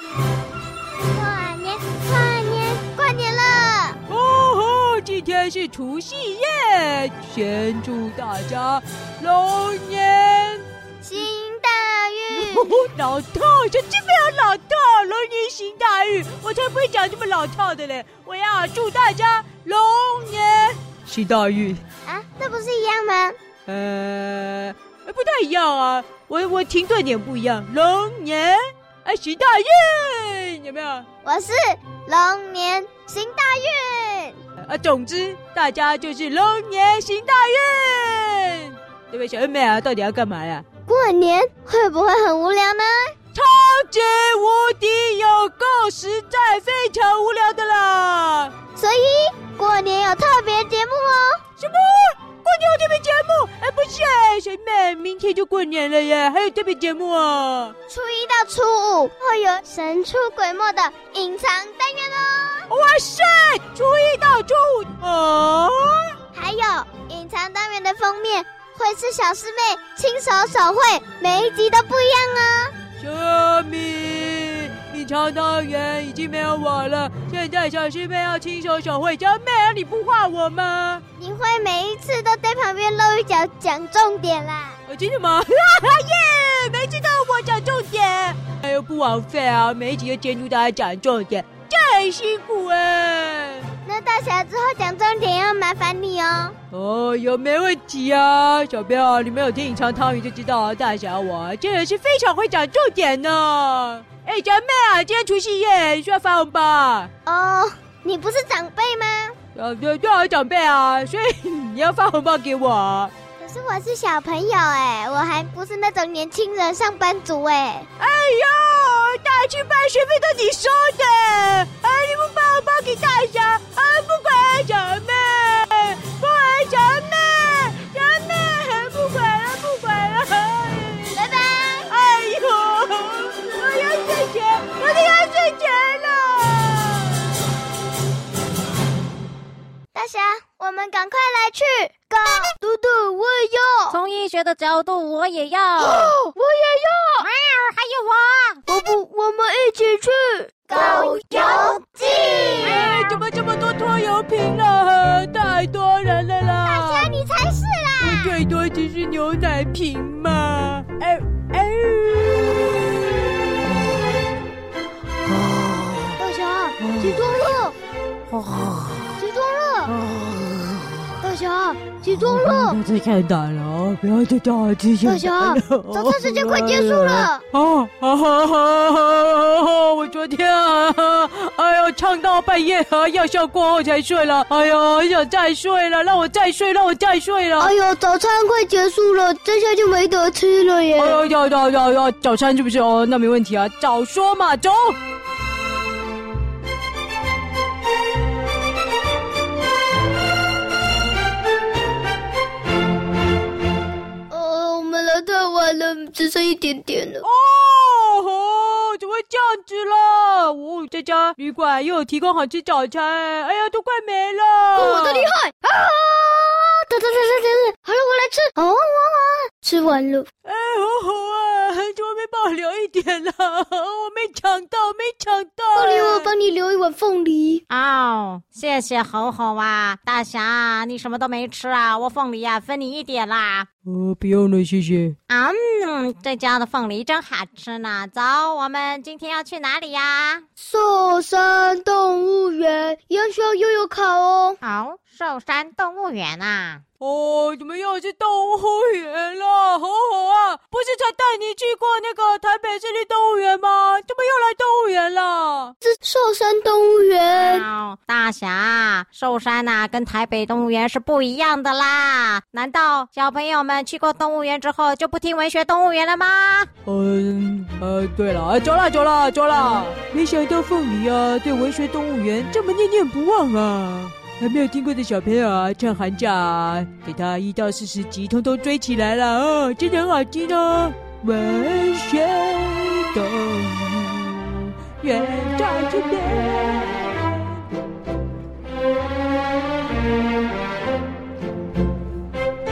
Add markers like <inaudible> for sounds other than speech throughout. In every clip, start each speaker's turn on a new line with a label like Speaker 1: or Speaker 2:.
Speaker 1: 哦天是除夕夜，先祝大家龙 <laughs> 年
Speaker 2: 新大运，
Speaker 1: 老套，真真没有老套，龙年行大运，我才不会讲这么老套的嘞！我要祝大家龙 <laughs> 年行大运。
Speaker 2: 啊，那不是一样吗？
Speaker 1: 呃，不太一样啊，我我停顿点不一样，龙年哎行大运，有没有？
Speaker 2: 我是龙年行大运，
Speaker 1: 啊，总之大家就是龙年行大运。对不对，小妹妹啊，到底要干嘛呀？
Speaker 2: 过年会不会很无聊呢？
Speaker 1: 超级无敌有够实在，非常无聊的啦！
Speaker 2: 所以过年有特别节目哦。
Speaker 1: 什么？过年有特别节目？哎，不是哎，小妹，明天就过年了耶，还有特别节目啊！
Speaker 2: 初一到初五会有神出鬼没的隐藏单元哦，
Speaker 1: 哇塞，初一到初五啊！
Speaker 2: 还有隐藏单元的封面会是小师妹亲手手绘，每一集都不一样哦。
Speaker 1: 小米，隐藏单元已经没有我了，现在小师妹要亲手手绘。小妹啊，你不画我吗？
Speaker 2: 你会每一次都在旁边露一脚讲重点啦。
Speaker 1: 呃，真的吗？ <laughs> 耶，没次到我讲重点，哎呦，不枉费啊，每一集都监督大家讲重点，这很辛苦哎、
Speaker 2: 那到小之后讲重点要麻烦你哦。
Speaker 1: 哦，有没问题啊，小彪啊，你们有听隐藏汤圆就知道啊，大侠我真的是非常会讲重点呢、哎，小妹啊，今天除夕夜，你需要发红包啊？
Speaker 2: 哦，你不是长辈吗？
Speaker 1: 呃，对对啊，长辈啊，所以你要发红包给我啊。
Speaker 2: 可是我是小朋友哎，我还不是那种年轻人上班族哎。
Speaker 1: 哎呦，大去办学费都你收的，哎，你不把红包给大侠，啊，不管小妹，不管小妹，小妹，不管了，不管了，
Speaker 2: 拜拜。
Speaker 1: 哎呦，我要睡觉，我的要睡觉了。
Speaker 2: 大侠，我们赶快来去狗嘟嘟，我也要，
Speaker 3: 从医学的角度，我也要。
Speaker 2: 哦，我也
Speaker 3: 还有
Speaker 2: 要，我不，我们一起去狗游记。
Speaker 1: 哎，怎么这么多拖油瓶啊？太多人了啦！
Speaker 2: 大侠，你才是啦！
Speaker 1: 最多只是牛奶瓶嘛。哎哎，
Speaker 2: 大侠，起床了，
Speaker 3: 我，
Speaker 2: 起床了，
Speaker 3: 啊，
Speaker 2: 大侠，起床了，
Speaker 1: 这太难了哦，不要再叫我吃
Speaker 2: 大侠，
Speaker 1: 嗯
Speaker 2: 早餐时间快结束。了。
Speaker 1: 哦，好好好好好，我昨天啊，哎呦，唱到半夜啊，药效过后才睡了。哎呦，很想再睡了，让我再睡，让我再睡了。
Speaker 2: 哎呦，早餐快结束了，这下就没得吃了耶！
Speaker 1: 哎呦，要要要要，早餐是不是？哦，那没问题啊，早说嘛，走。
Speaker 2: 哦，我们来太晚了，只剩一点点了。
Speaker 1: 哦吼，怎么会这样子了？哦，这家旅馆又有提供好吃早餐，哎呀，都快没了。
Speaker 2: 我的厉害啊！等等等等等等，好了，我来吃。哦，我我吃完了。
Speaker 1: 哎，好好啊，怎么没帮我留一点啦？我没抢到，没抢到。
Speaker 2: 凤梨，我帮你留一碗凤梨。
Speaker 3: 哦，谢谢猴猴啊，大侠，你什么都没吃啊，我凤梨呀、分你一点啦。
Speaker 1: 呃，不用了，谢谢。
Speaker 3: 啊嗯，这家的凤梨真好吃呢。走，我们今天要去哪里呀？
Speaker 2: 寿山动物园也需要悠悠卡哦。
Speaker 3: 哦，寿山动物园啊。
Speaker 1: 哦，怎么又是动物园了？好好啊，不是才带你去过那个台北市立动物园吗？怎么又来动物园了？
Speaker 2: 这寿山动物园
Speaker 3: 哦，大侠，啊寿山呐、跟台北动物园是不一样的啦。难道小朋友们去过动物园之后就不听文学动物园了吗？
Speaker 1: 嗯呃，对了，哎，走了走了走了。没想到凤梨啊，对文学动物园这么念念不忘啊！还没有听过的小朋友啊，趁寒假、啊、给他一到四十集，通通追起来了哦，真的很好听哦。文学动物园在这边。
Speaker 2: 到了，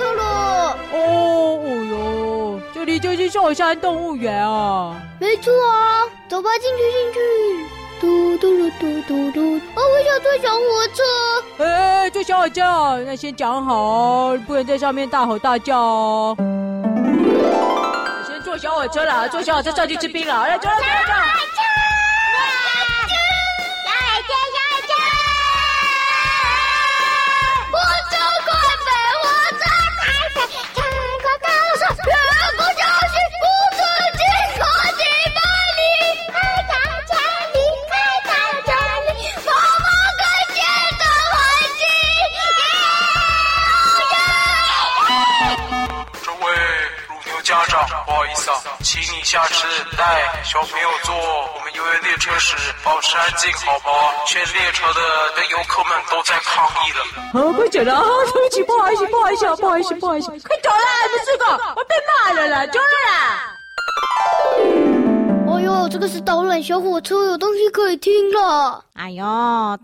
Speaker 1: 哦，哦哟，这里里就是寿山动物园哦。
Speaker 2: 没错啊，走吧，进去进去。嘟嘟噜嘟嘟嘟，哦，我想坐小火车。
Speaker 1: 哎，坐小火车哦，那先讲好哦，不能在上面大吼大叫哦。先坐小火车啦，坐小火车上去吃槟榔，来，走了走了走了。
Speaker 2: 小海豚，小海豚，我走快北，我走台北，看看高山，远不消息，不自己可几百里，开到这里，开到这里，妈妈跟街的环境。
Speaker 4: 这位乳牛家长，不好意思啊，请你下次带小朋友坐我们游园列车时保持安静，好不好？全列车的的游客们都在抗议了。
Speaker 1: 啊，快走了啊！对不起，不好意思，不好意思啊，不好意思，不好意思，快走啦！你们四个，我被骂了啦，走了啦！
Speaker 2: 哦呦，这个是导览小火车，有东西可以听了。
Speaker 3: 哎呦，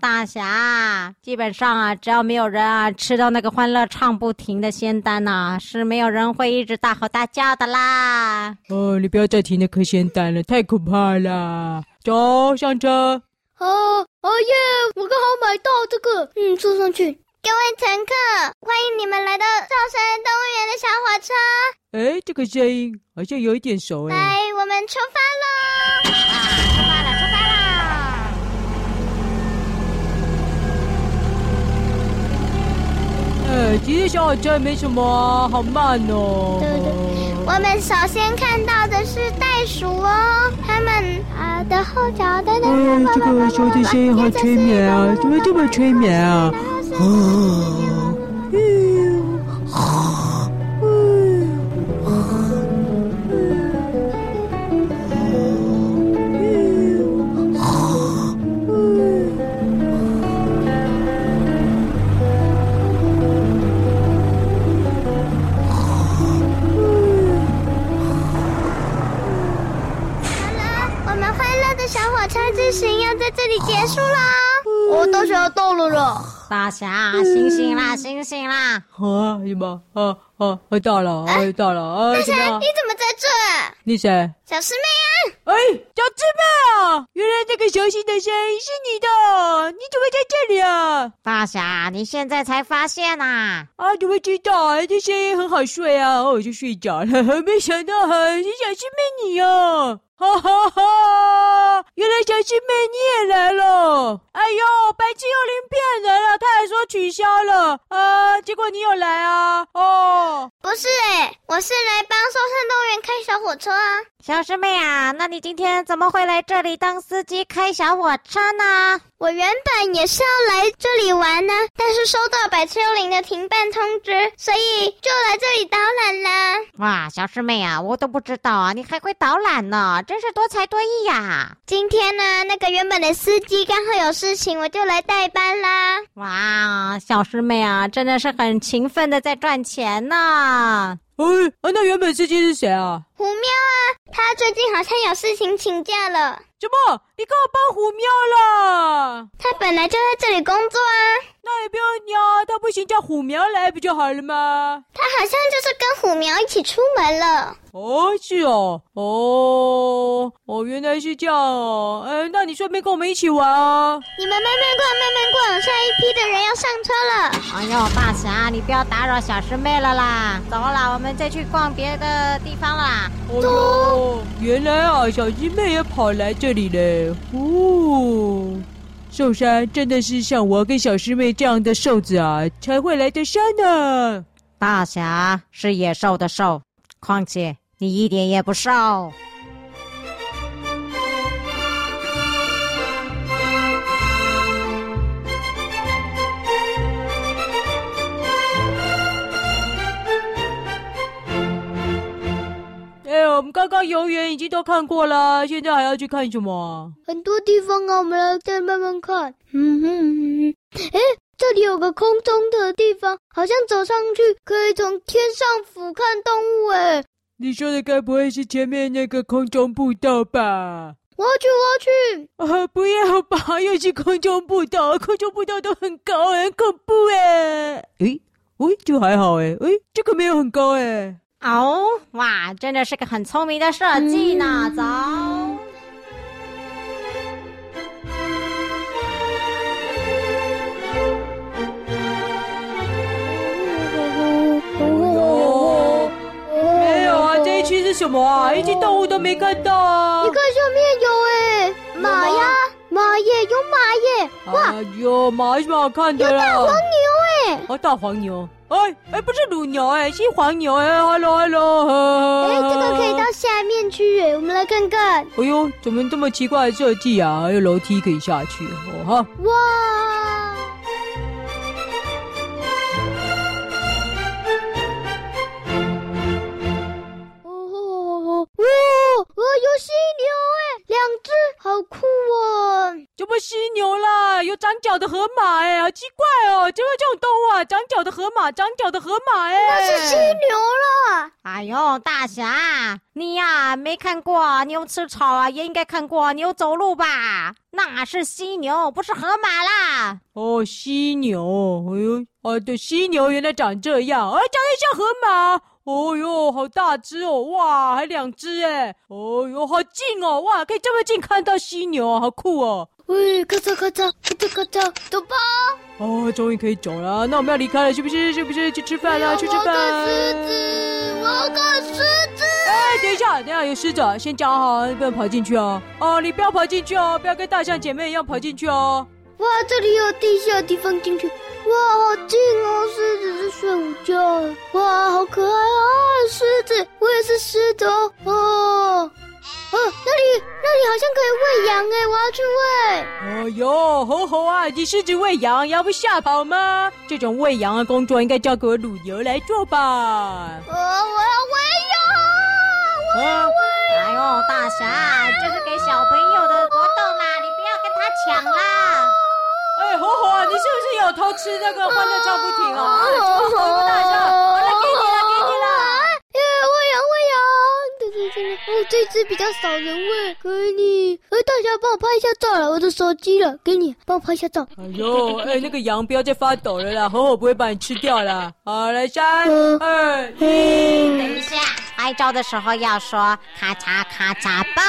Speaker 3: 大侠，基本上啊，只要没有人啊吃到那个欢乐唱不停的仙丹呐、是没有人会一直大吼大叫的啦。
Speaker 1: 哦，你不要再提那颗仙丹了，太可怕啦！走，上车。
Speaker 2: 哦哦耶！我刚好买到这个，嗯，坐上去。各位乘客，欢迎你们来到赵山动物园的小火车，
Speaker 1: 哎，这个声音好像有一点熟哎。
Speaker 2: 来，我们出发喽！
Speaker 1: 呃，其实小火车也没什么啊，好慢哦。
Speaker 2: 对对我们首先看到的是袋鼠哦，它们啊的后脚等等。
Speaker 1: 哎，这个手机声音好催眠啊，怎么这么催眠啊？哦，
Speaker 2: 我们欢乐的小火车之行要在这里结束啦！我到学校到了了。
Speaker 3: 大侠，醒醒啦，醒醒啦！
Speaker 1: 好啊，什么？啊啊啊，到了，啊到了，啊
Speaker 2: 大
Speaker 1: 怎
Speaker 2: 侠，
Speaker 1: 么样
Speaker 2: 你？怎么在这儿？
Speaker 1: 你谁？
Speaker 2: 小师妹啊！
Speaker 1: 哎，小师妹啊，原来这个熟悉的声音是你的，你怎么在这里啊？
Speaker 3: 大侠，你现在才发现呐、
Speaker 1: 啊，怎么知道啊？这声音很好睡啊，哦我就睡着了，没想到啊，是小师妹你哦，哈哈哈！原来小师妹你也来了，哎呦，白痴幽灵骗人了，他还说取消了，啊，结果你有来啊，哦，
Speaker 2: 不是哎、我是来帮寿山动物园开小火车啊！
Speaker 3: 小师妹啊，那你今天怎么会来这里当司机开小火车呢？
Speaker 2: 我原本也是要来这里玩呢，但是收到百秋林的停办通知，所以就来这里导览啦。
Speaker 3: 哇，小师妹啊，我都不知道啊，你还会导览呢，真是多才多艺呀、
Speaker 2: 今天呢，那个原本的司机刚好有事情，我就来代班啦。
Speaker 3: 哇，小师妹啊，真的是很勤奋的在赚钱呢。
Speaker 1: 哎，啊，那原本司机是谁啊？
Speaker 2: 虎喵啊，他最近好像有事情请假了，
Speaker 1: 什么？你给我帮虎喵了？
Speaker 2: 他本来就在这里工作啊，
Speaker 1: 那也不用你啊，他不行叫虎苗来不就好了吗？
Speaker 2: 他好像就是跟虎喵一起出门了。
Speaker 1: 哦，是哦，哦，哦，原来是这样哦。哎，那你顺便跟我们一起玩啊。
Speaker 2: 你们慢慢逛，慢慢逛，下一批的人要上车了。
Speaker 3: 哎呦，大侠，你不要打扰小师妹了啦，走啦，我们再去逛别的地方啦。
Speaker 1: 哦哟，原来啊，小师妹也跑来这里嘞。哦，寿山真的是像我跟小师妹这样的瘦子啊，才会来的山呢、
Speaker 3: 大侠是野兽的兽，况且你一点也不瘦。
Speaker 1: 哎，我们刚刚游园已经都看过了，现在还要去看什么啊？
Speaker 2: 很多地方啊，我们来再慢慢看。嗯嗯嗯，哎，这里有个空中的地方，好像走上去可以从天上俯瞰动物。哎，
Speaker 1: 你说的该不会是前面那个空中步道吧？
Speaker 2: 我要去，我要去！
Speaker 1: 啊，不要吧，又是空中步道，空中步道都很欸高，很恐怖哎。诶，喂，就还好哎，诶，这个没有很高哎。
Speaker 3: 哦，哇，真的是个很聪明的设计呢。走，
Speaker 1: 哦没有啊，这一区是什么啊？一只动物都没看到啊
Speaker 2: 哦
Speaker 5: 你！看上面有哎，马呀，马耶，有马耶，哇，
Speaker 1: 哎呦，马有什么好看的啦？
Speaker 5: 牛哎，
Speaker 1: 哦，大黄牛，哎哎，不是乳牛哎，是黄牛哎，hello hello，
Speaker 5: 哎，
Speaker 2: 哦
Speaker 5: 这个可以到下面去哎，我们来看看，
Speaker 1: 哎呦，怎么这么奇怪的设计啊？还有楼梯可以下去哦哈。
Speaker 5: 哇，哦哦哦哦，哇，有犀牛哎，两只，好酷哦。
Speaker 1: 这不犀牛啦，有长角的河马哎，好奇怪哦！怎么这种动物啊？长角的河马，长角的河马哎，
Speaker 5: 那哦是犀牛了，
Speaker 3: 哎呦，大侠，你呀、没看过牛吃草啊，也应该看过牛走路吧？那是犀牛，不是河马啦。
Speaker 1: 哦，犀牛，哎呦，哦对，犀牛原来长这样，哎，长得像河马，哦呦，好大只哦，哇，还两只哎，哦呦，好近哦，哇，可以这么近看到犀牛，好酷哦！
Speaker 5: 喂，咔嚓咔嚓咔嚓咔嚓，走吧，
Speaker 1: 哦，终于可以走了，那我们要离开了，是不是？是不是？去吃饭哎啦，去吃
Speaker 5: 我要
Speaker 1: 饭。
Speaker 5: 看狮子，我要看狮子，
Speaker 1: 哎，等一下，等一下，有狮子啊，先夹好，不要跑进去哦。哦，你不要跑进去哦，不要跟大象姐妹一样跑进去哦。
Speaker 5: 哇，这里有地下地方进去，哇，好近哦，狮子在睡午觉，哇，好可爱啊，狮子，我也是狮子哦，哦，哦，那里那里好像可以喂羊哎，我要去喂。
Speaker 1: 哦哟，吼吼啊，你狮子喂羊，羊不吓跑吗？这种喂羊的工作应该交给我乳牛来做吧。
Speaker 5: 哦，我要喂
Speaker 1: 啊，
Speaker 3: 哎呦，大侠，这是给小朋友的活动啦，你不要跟他抢啦。
Speaker 1: 哎，吼吼啊，你是不是有偷吃那个欢乐唱不停
Speaker 5: 羊！
Speaker 1: 啊？大象，我来给你了，给你了。
Speaker 5: 耶，喂羊喂羊！对对对对，哦，这只比较少人喂，给你。哎，大家帮我拍一下照了，我的手机了，给你，帮我拍一下照。
Speaker 1: 哎呦，哎，那个羊不要再发抖了啦，吼吼不会把你吃掉啦。好，来三二一。
Speaker 3: 等一下，拍照的时候要说咔嚓咔嚓吧。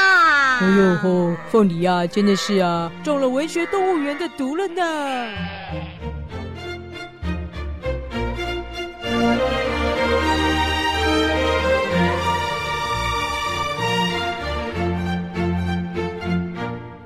Speaker 1: 哎呦吼，凤梨啊，真的是啊，中了文学动物园的毒了呢。哎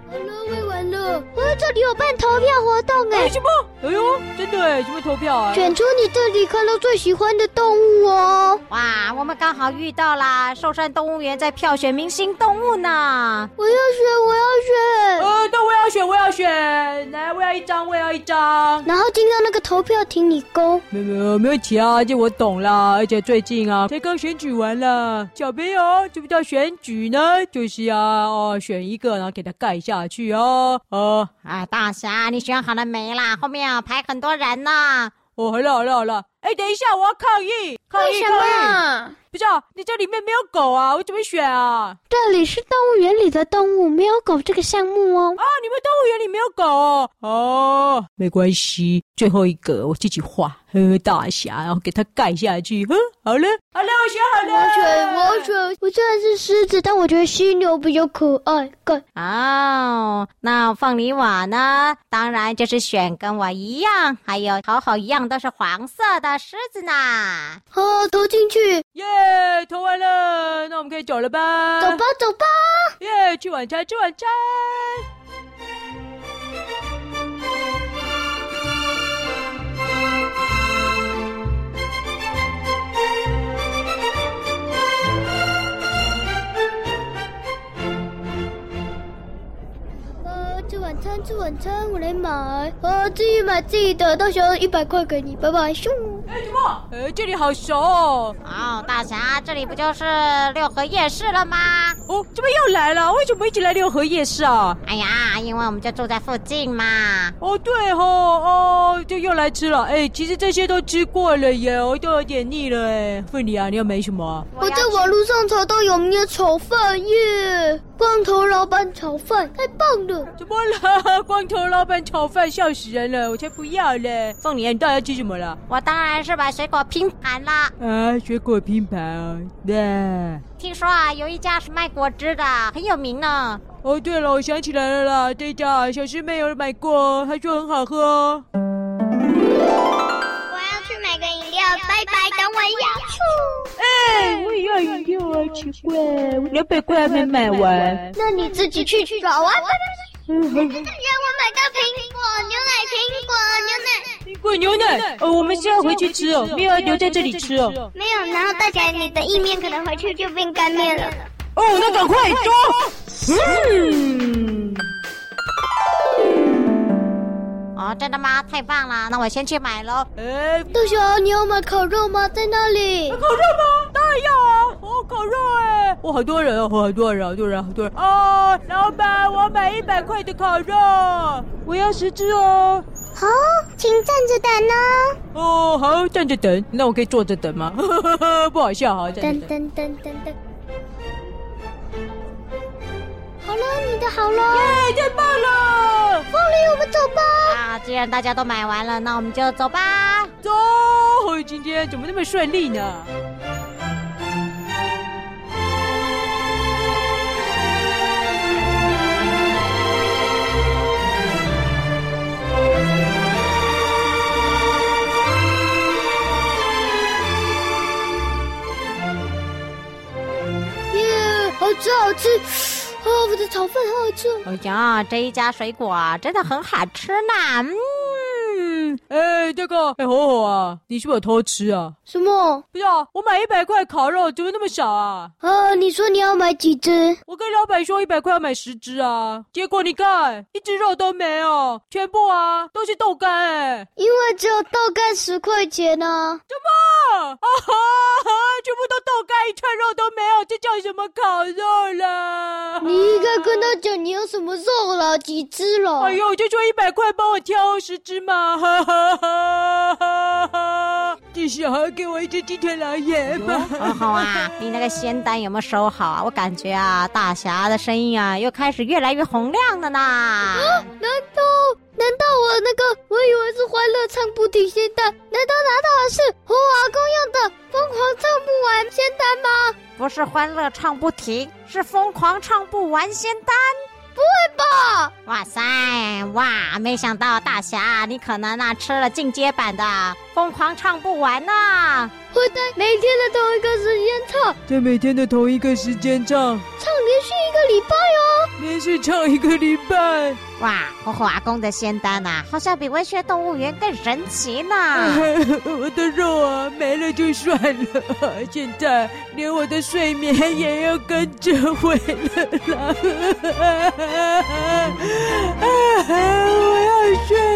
Speaker 5: 好了，喂完了。哇，这里有办投票活动
Speaker 1: 哎，
Speaker 5: 哎，
Speaker 1: 什么？哎呦，真的哎，什么投票啊？
Speaker 5: 选出你这里看到最喜欢的动物哦。
Speaker 3: 哇，我们刚好遇到啦！寿山动物园在票选明星动物呢。
Speaker 5: 我要选，我要选。
Speaker 1: 呃，那我也要选，我也要选，来，我要一张，我也要一张。
Speaker 5: 然后进到那个投票亭里勾。
Speaker 1: 没有没有没问题啊，这我懂啦。而且最近啊，才刚选举完了，小朋友，什么叫选举呢？就是啊，哦，选一个，然后给它盖下去哦。呃，
Speaker 3: 啊，大侠，你选好了没啦？后面要排很多人呢。
Speaker 1: 哦，好了好了好了，哎，等一下，我要抗议，抗议抗议！不是、啊，你这里面没有狗啊，我怎么选啊？
Speaker 5: 这里是动物园里的动物，没有狗这个项目哦。
Speaker 1: 啊，你们动物园里没有狗哦？哦，没关系，最后一个我自己画，呵，大侠，然后给它盖下去，呵，好了，好了，我选好了，
Speaker 5: 我选，我选。我虽然是狮子，但我觉得犀牛比较可爱。干，
Speaker 3: 哦，那凤梨我呢？当然就是选跟我一样，还有好好一样都是黄色的狮子呢。
Speaker 5: 好，投进去。
Speaker 1: 耶投完了，那我们可以走了吧？
Speaker 5: 走吧，，走吧。
Speaker 1: 耶吃晚餐，吃晚餐。
Speaker 5: 呃，吃晚餐，吃晚餐，我来买。呃，自己买自己的，到时候一百块给你，拜拜。咻。
Speaker 1: 哎，什么？呃，这里好熟哦，
Speaker 3: 哦，大侠，这里不就是六合夜市了吗？
Speaker 1: 哦，怎么又来了？为什么一直来六合夜市啊？
Speaker 3: 哎呀，因为我们就住在附近嘛。
Speaker 1: 哦，对吼，哦，就又来吃了。哎，其实这些都吃过了耶，我都有点腻了哎。凤梨啊，你要买什么啊？
Speaker 5: 我在网络上查到有名的炒饭耶，
Speaker 2: 光头老板炒饭太棒了！
Speaker 1: 怎么了？ <laughs> 光头老板炒饭笑死人了，我才不要嘞！凤梨，你到底要吃什么了？
Speaker 3: 我当然是把水果拼盘啦。
Speaker 1: 啊，水果拼盘啊！对。
Speaker 3: 听说啊，有一家是卖果汁的，很有名呢。
Speaker 1: 哦，对了，我想起来了啦，这一家小师妹有买过，她说很好喝哦。
Speaker 2: 我要去买个饮料，拜拜，等我一下。
Speaker 1: 哎，我也要饮料啊，奇怪，我两百块还没买完。
Speaker 2: 那你自己去找啊。让我买个苹果牛奶，苹果牛奶，
Speaker 1: 苹果牛奶，哦，我们是要回去吃哦，没有要留在这里吃哦。
Speaker 2: 没有，然后大家你的意面可能回去就变干面了。
Speaker 1: 哦，那赶快走。嗯，
Speaker 3: 哦，真的吗？太棒了，那我先去买喽。
Speaker 1: 哎，
Speaker 2: 杜小，你要买烤肉吗？在那里。
Speaker 1: 烤肉吗？当然要啊，哦，烤肉哎，我好多人哦，我好多人，好多人，好多人哦，老板，我要买一百块的烤肉，我要十只哦。
Speaker 2: 好，请站着等哦。
Speaker 1: 哦，好，站着等，那我可以坐着等吗？ <laughs> 不好笑哈，站
Speaker 2: 噔
Speaker 1: 着等。
Speaker 2: 噔噔噔噔。好了，你的好了，
Speaker 1: 哎，太棒了！
Speaker 2: 梦里我们走吧。
Speaker 3: 啊，既然大家都买完了，那我们就走吧。
Speaker 1: 走，今天怎么那么顺利呢？
Speaker 2: 耶，好吃好吃，哦，我的炒饭好好吃。
Speaker 3: 哎呀，这一家水果啊真的很好吃呢。嗯，
Speaker 1: 哎，这个，哎，火火啊，你是不是有偷吃啊？
Speaker 2: 什么？
Speaker 1: 不是啊，我买一百块烤肉，怎么那么少啊？
Speaker 2: 啊，你说你要买几只？
Speaker 1: 我跟老板说一百块要买十只啊，结果你看一只肉都没有，全部啊都是豆干哎、
Speaker 2: 因为只有豆干十块钱呢、
Speaker 1: 啊啊哈！全部都豆干，一串肉都没有，这叫什么烤肉啦？
Speaker 2: 你应该跟他讲你有什么肉了，几只了。
Speaker 1: 哎呦，我就说一百块帮我挑十只嘛，哈哈哈哈哈！至少给我一只金腿老爷吧。
Speaker 3: 好好啊，你那个仙丹有没有收好啊？我感觉啊，大侠的声音啊又开始越来越洪亮了呢。
Speaker 2: 难道难道我那个我以为是欢乐唱不停仙丹，难道拿到的是和我阿公用的疯狂唱不完仙丹吗？
Speaker 3: 不是欢乐唱不停，是疯狂唱不完仙丹。
Speaker 2: 对吧？
Speaker 3: 哇塞，哇！没想到大侠，你可能啊吃了进阶版的疯狂唱不完呢、
Speaker 2: 会在每天的同一个时间唱，
Speaker 1: 在每天的同一个时间唱，
Speaker 2: 唱连续一个礼拜哦。
Speaker 1: 连续唱一个礼拜。
Speaker 3: 哇，火火阿公的仙丹呐、好像比文学动物园更神奇 <laughs> 呢。
Speaker 1: <laughs> 我的肉啊没了就算了，现在连我的睡眠也要跟着毁 <laughs> 了啦！啊我要睡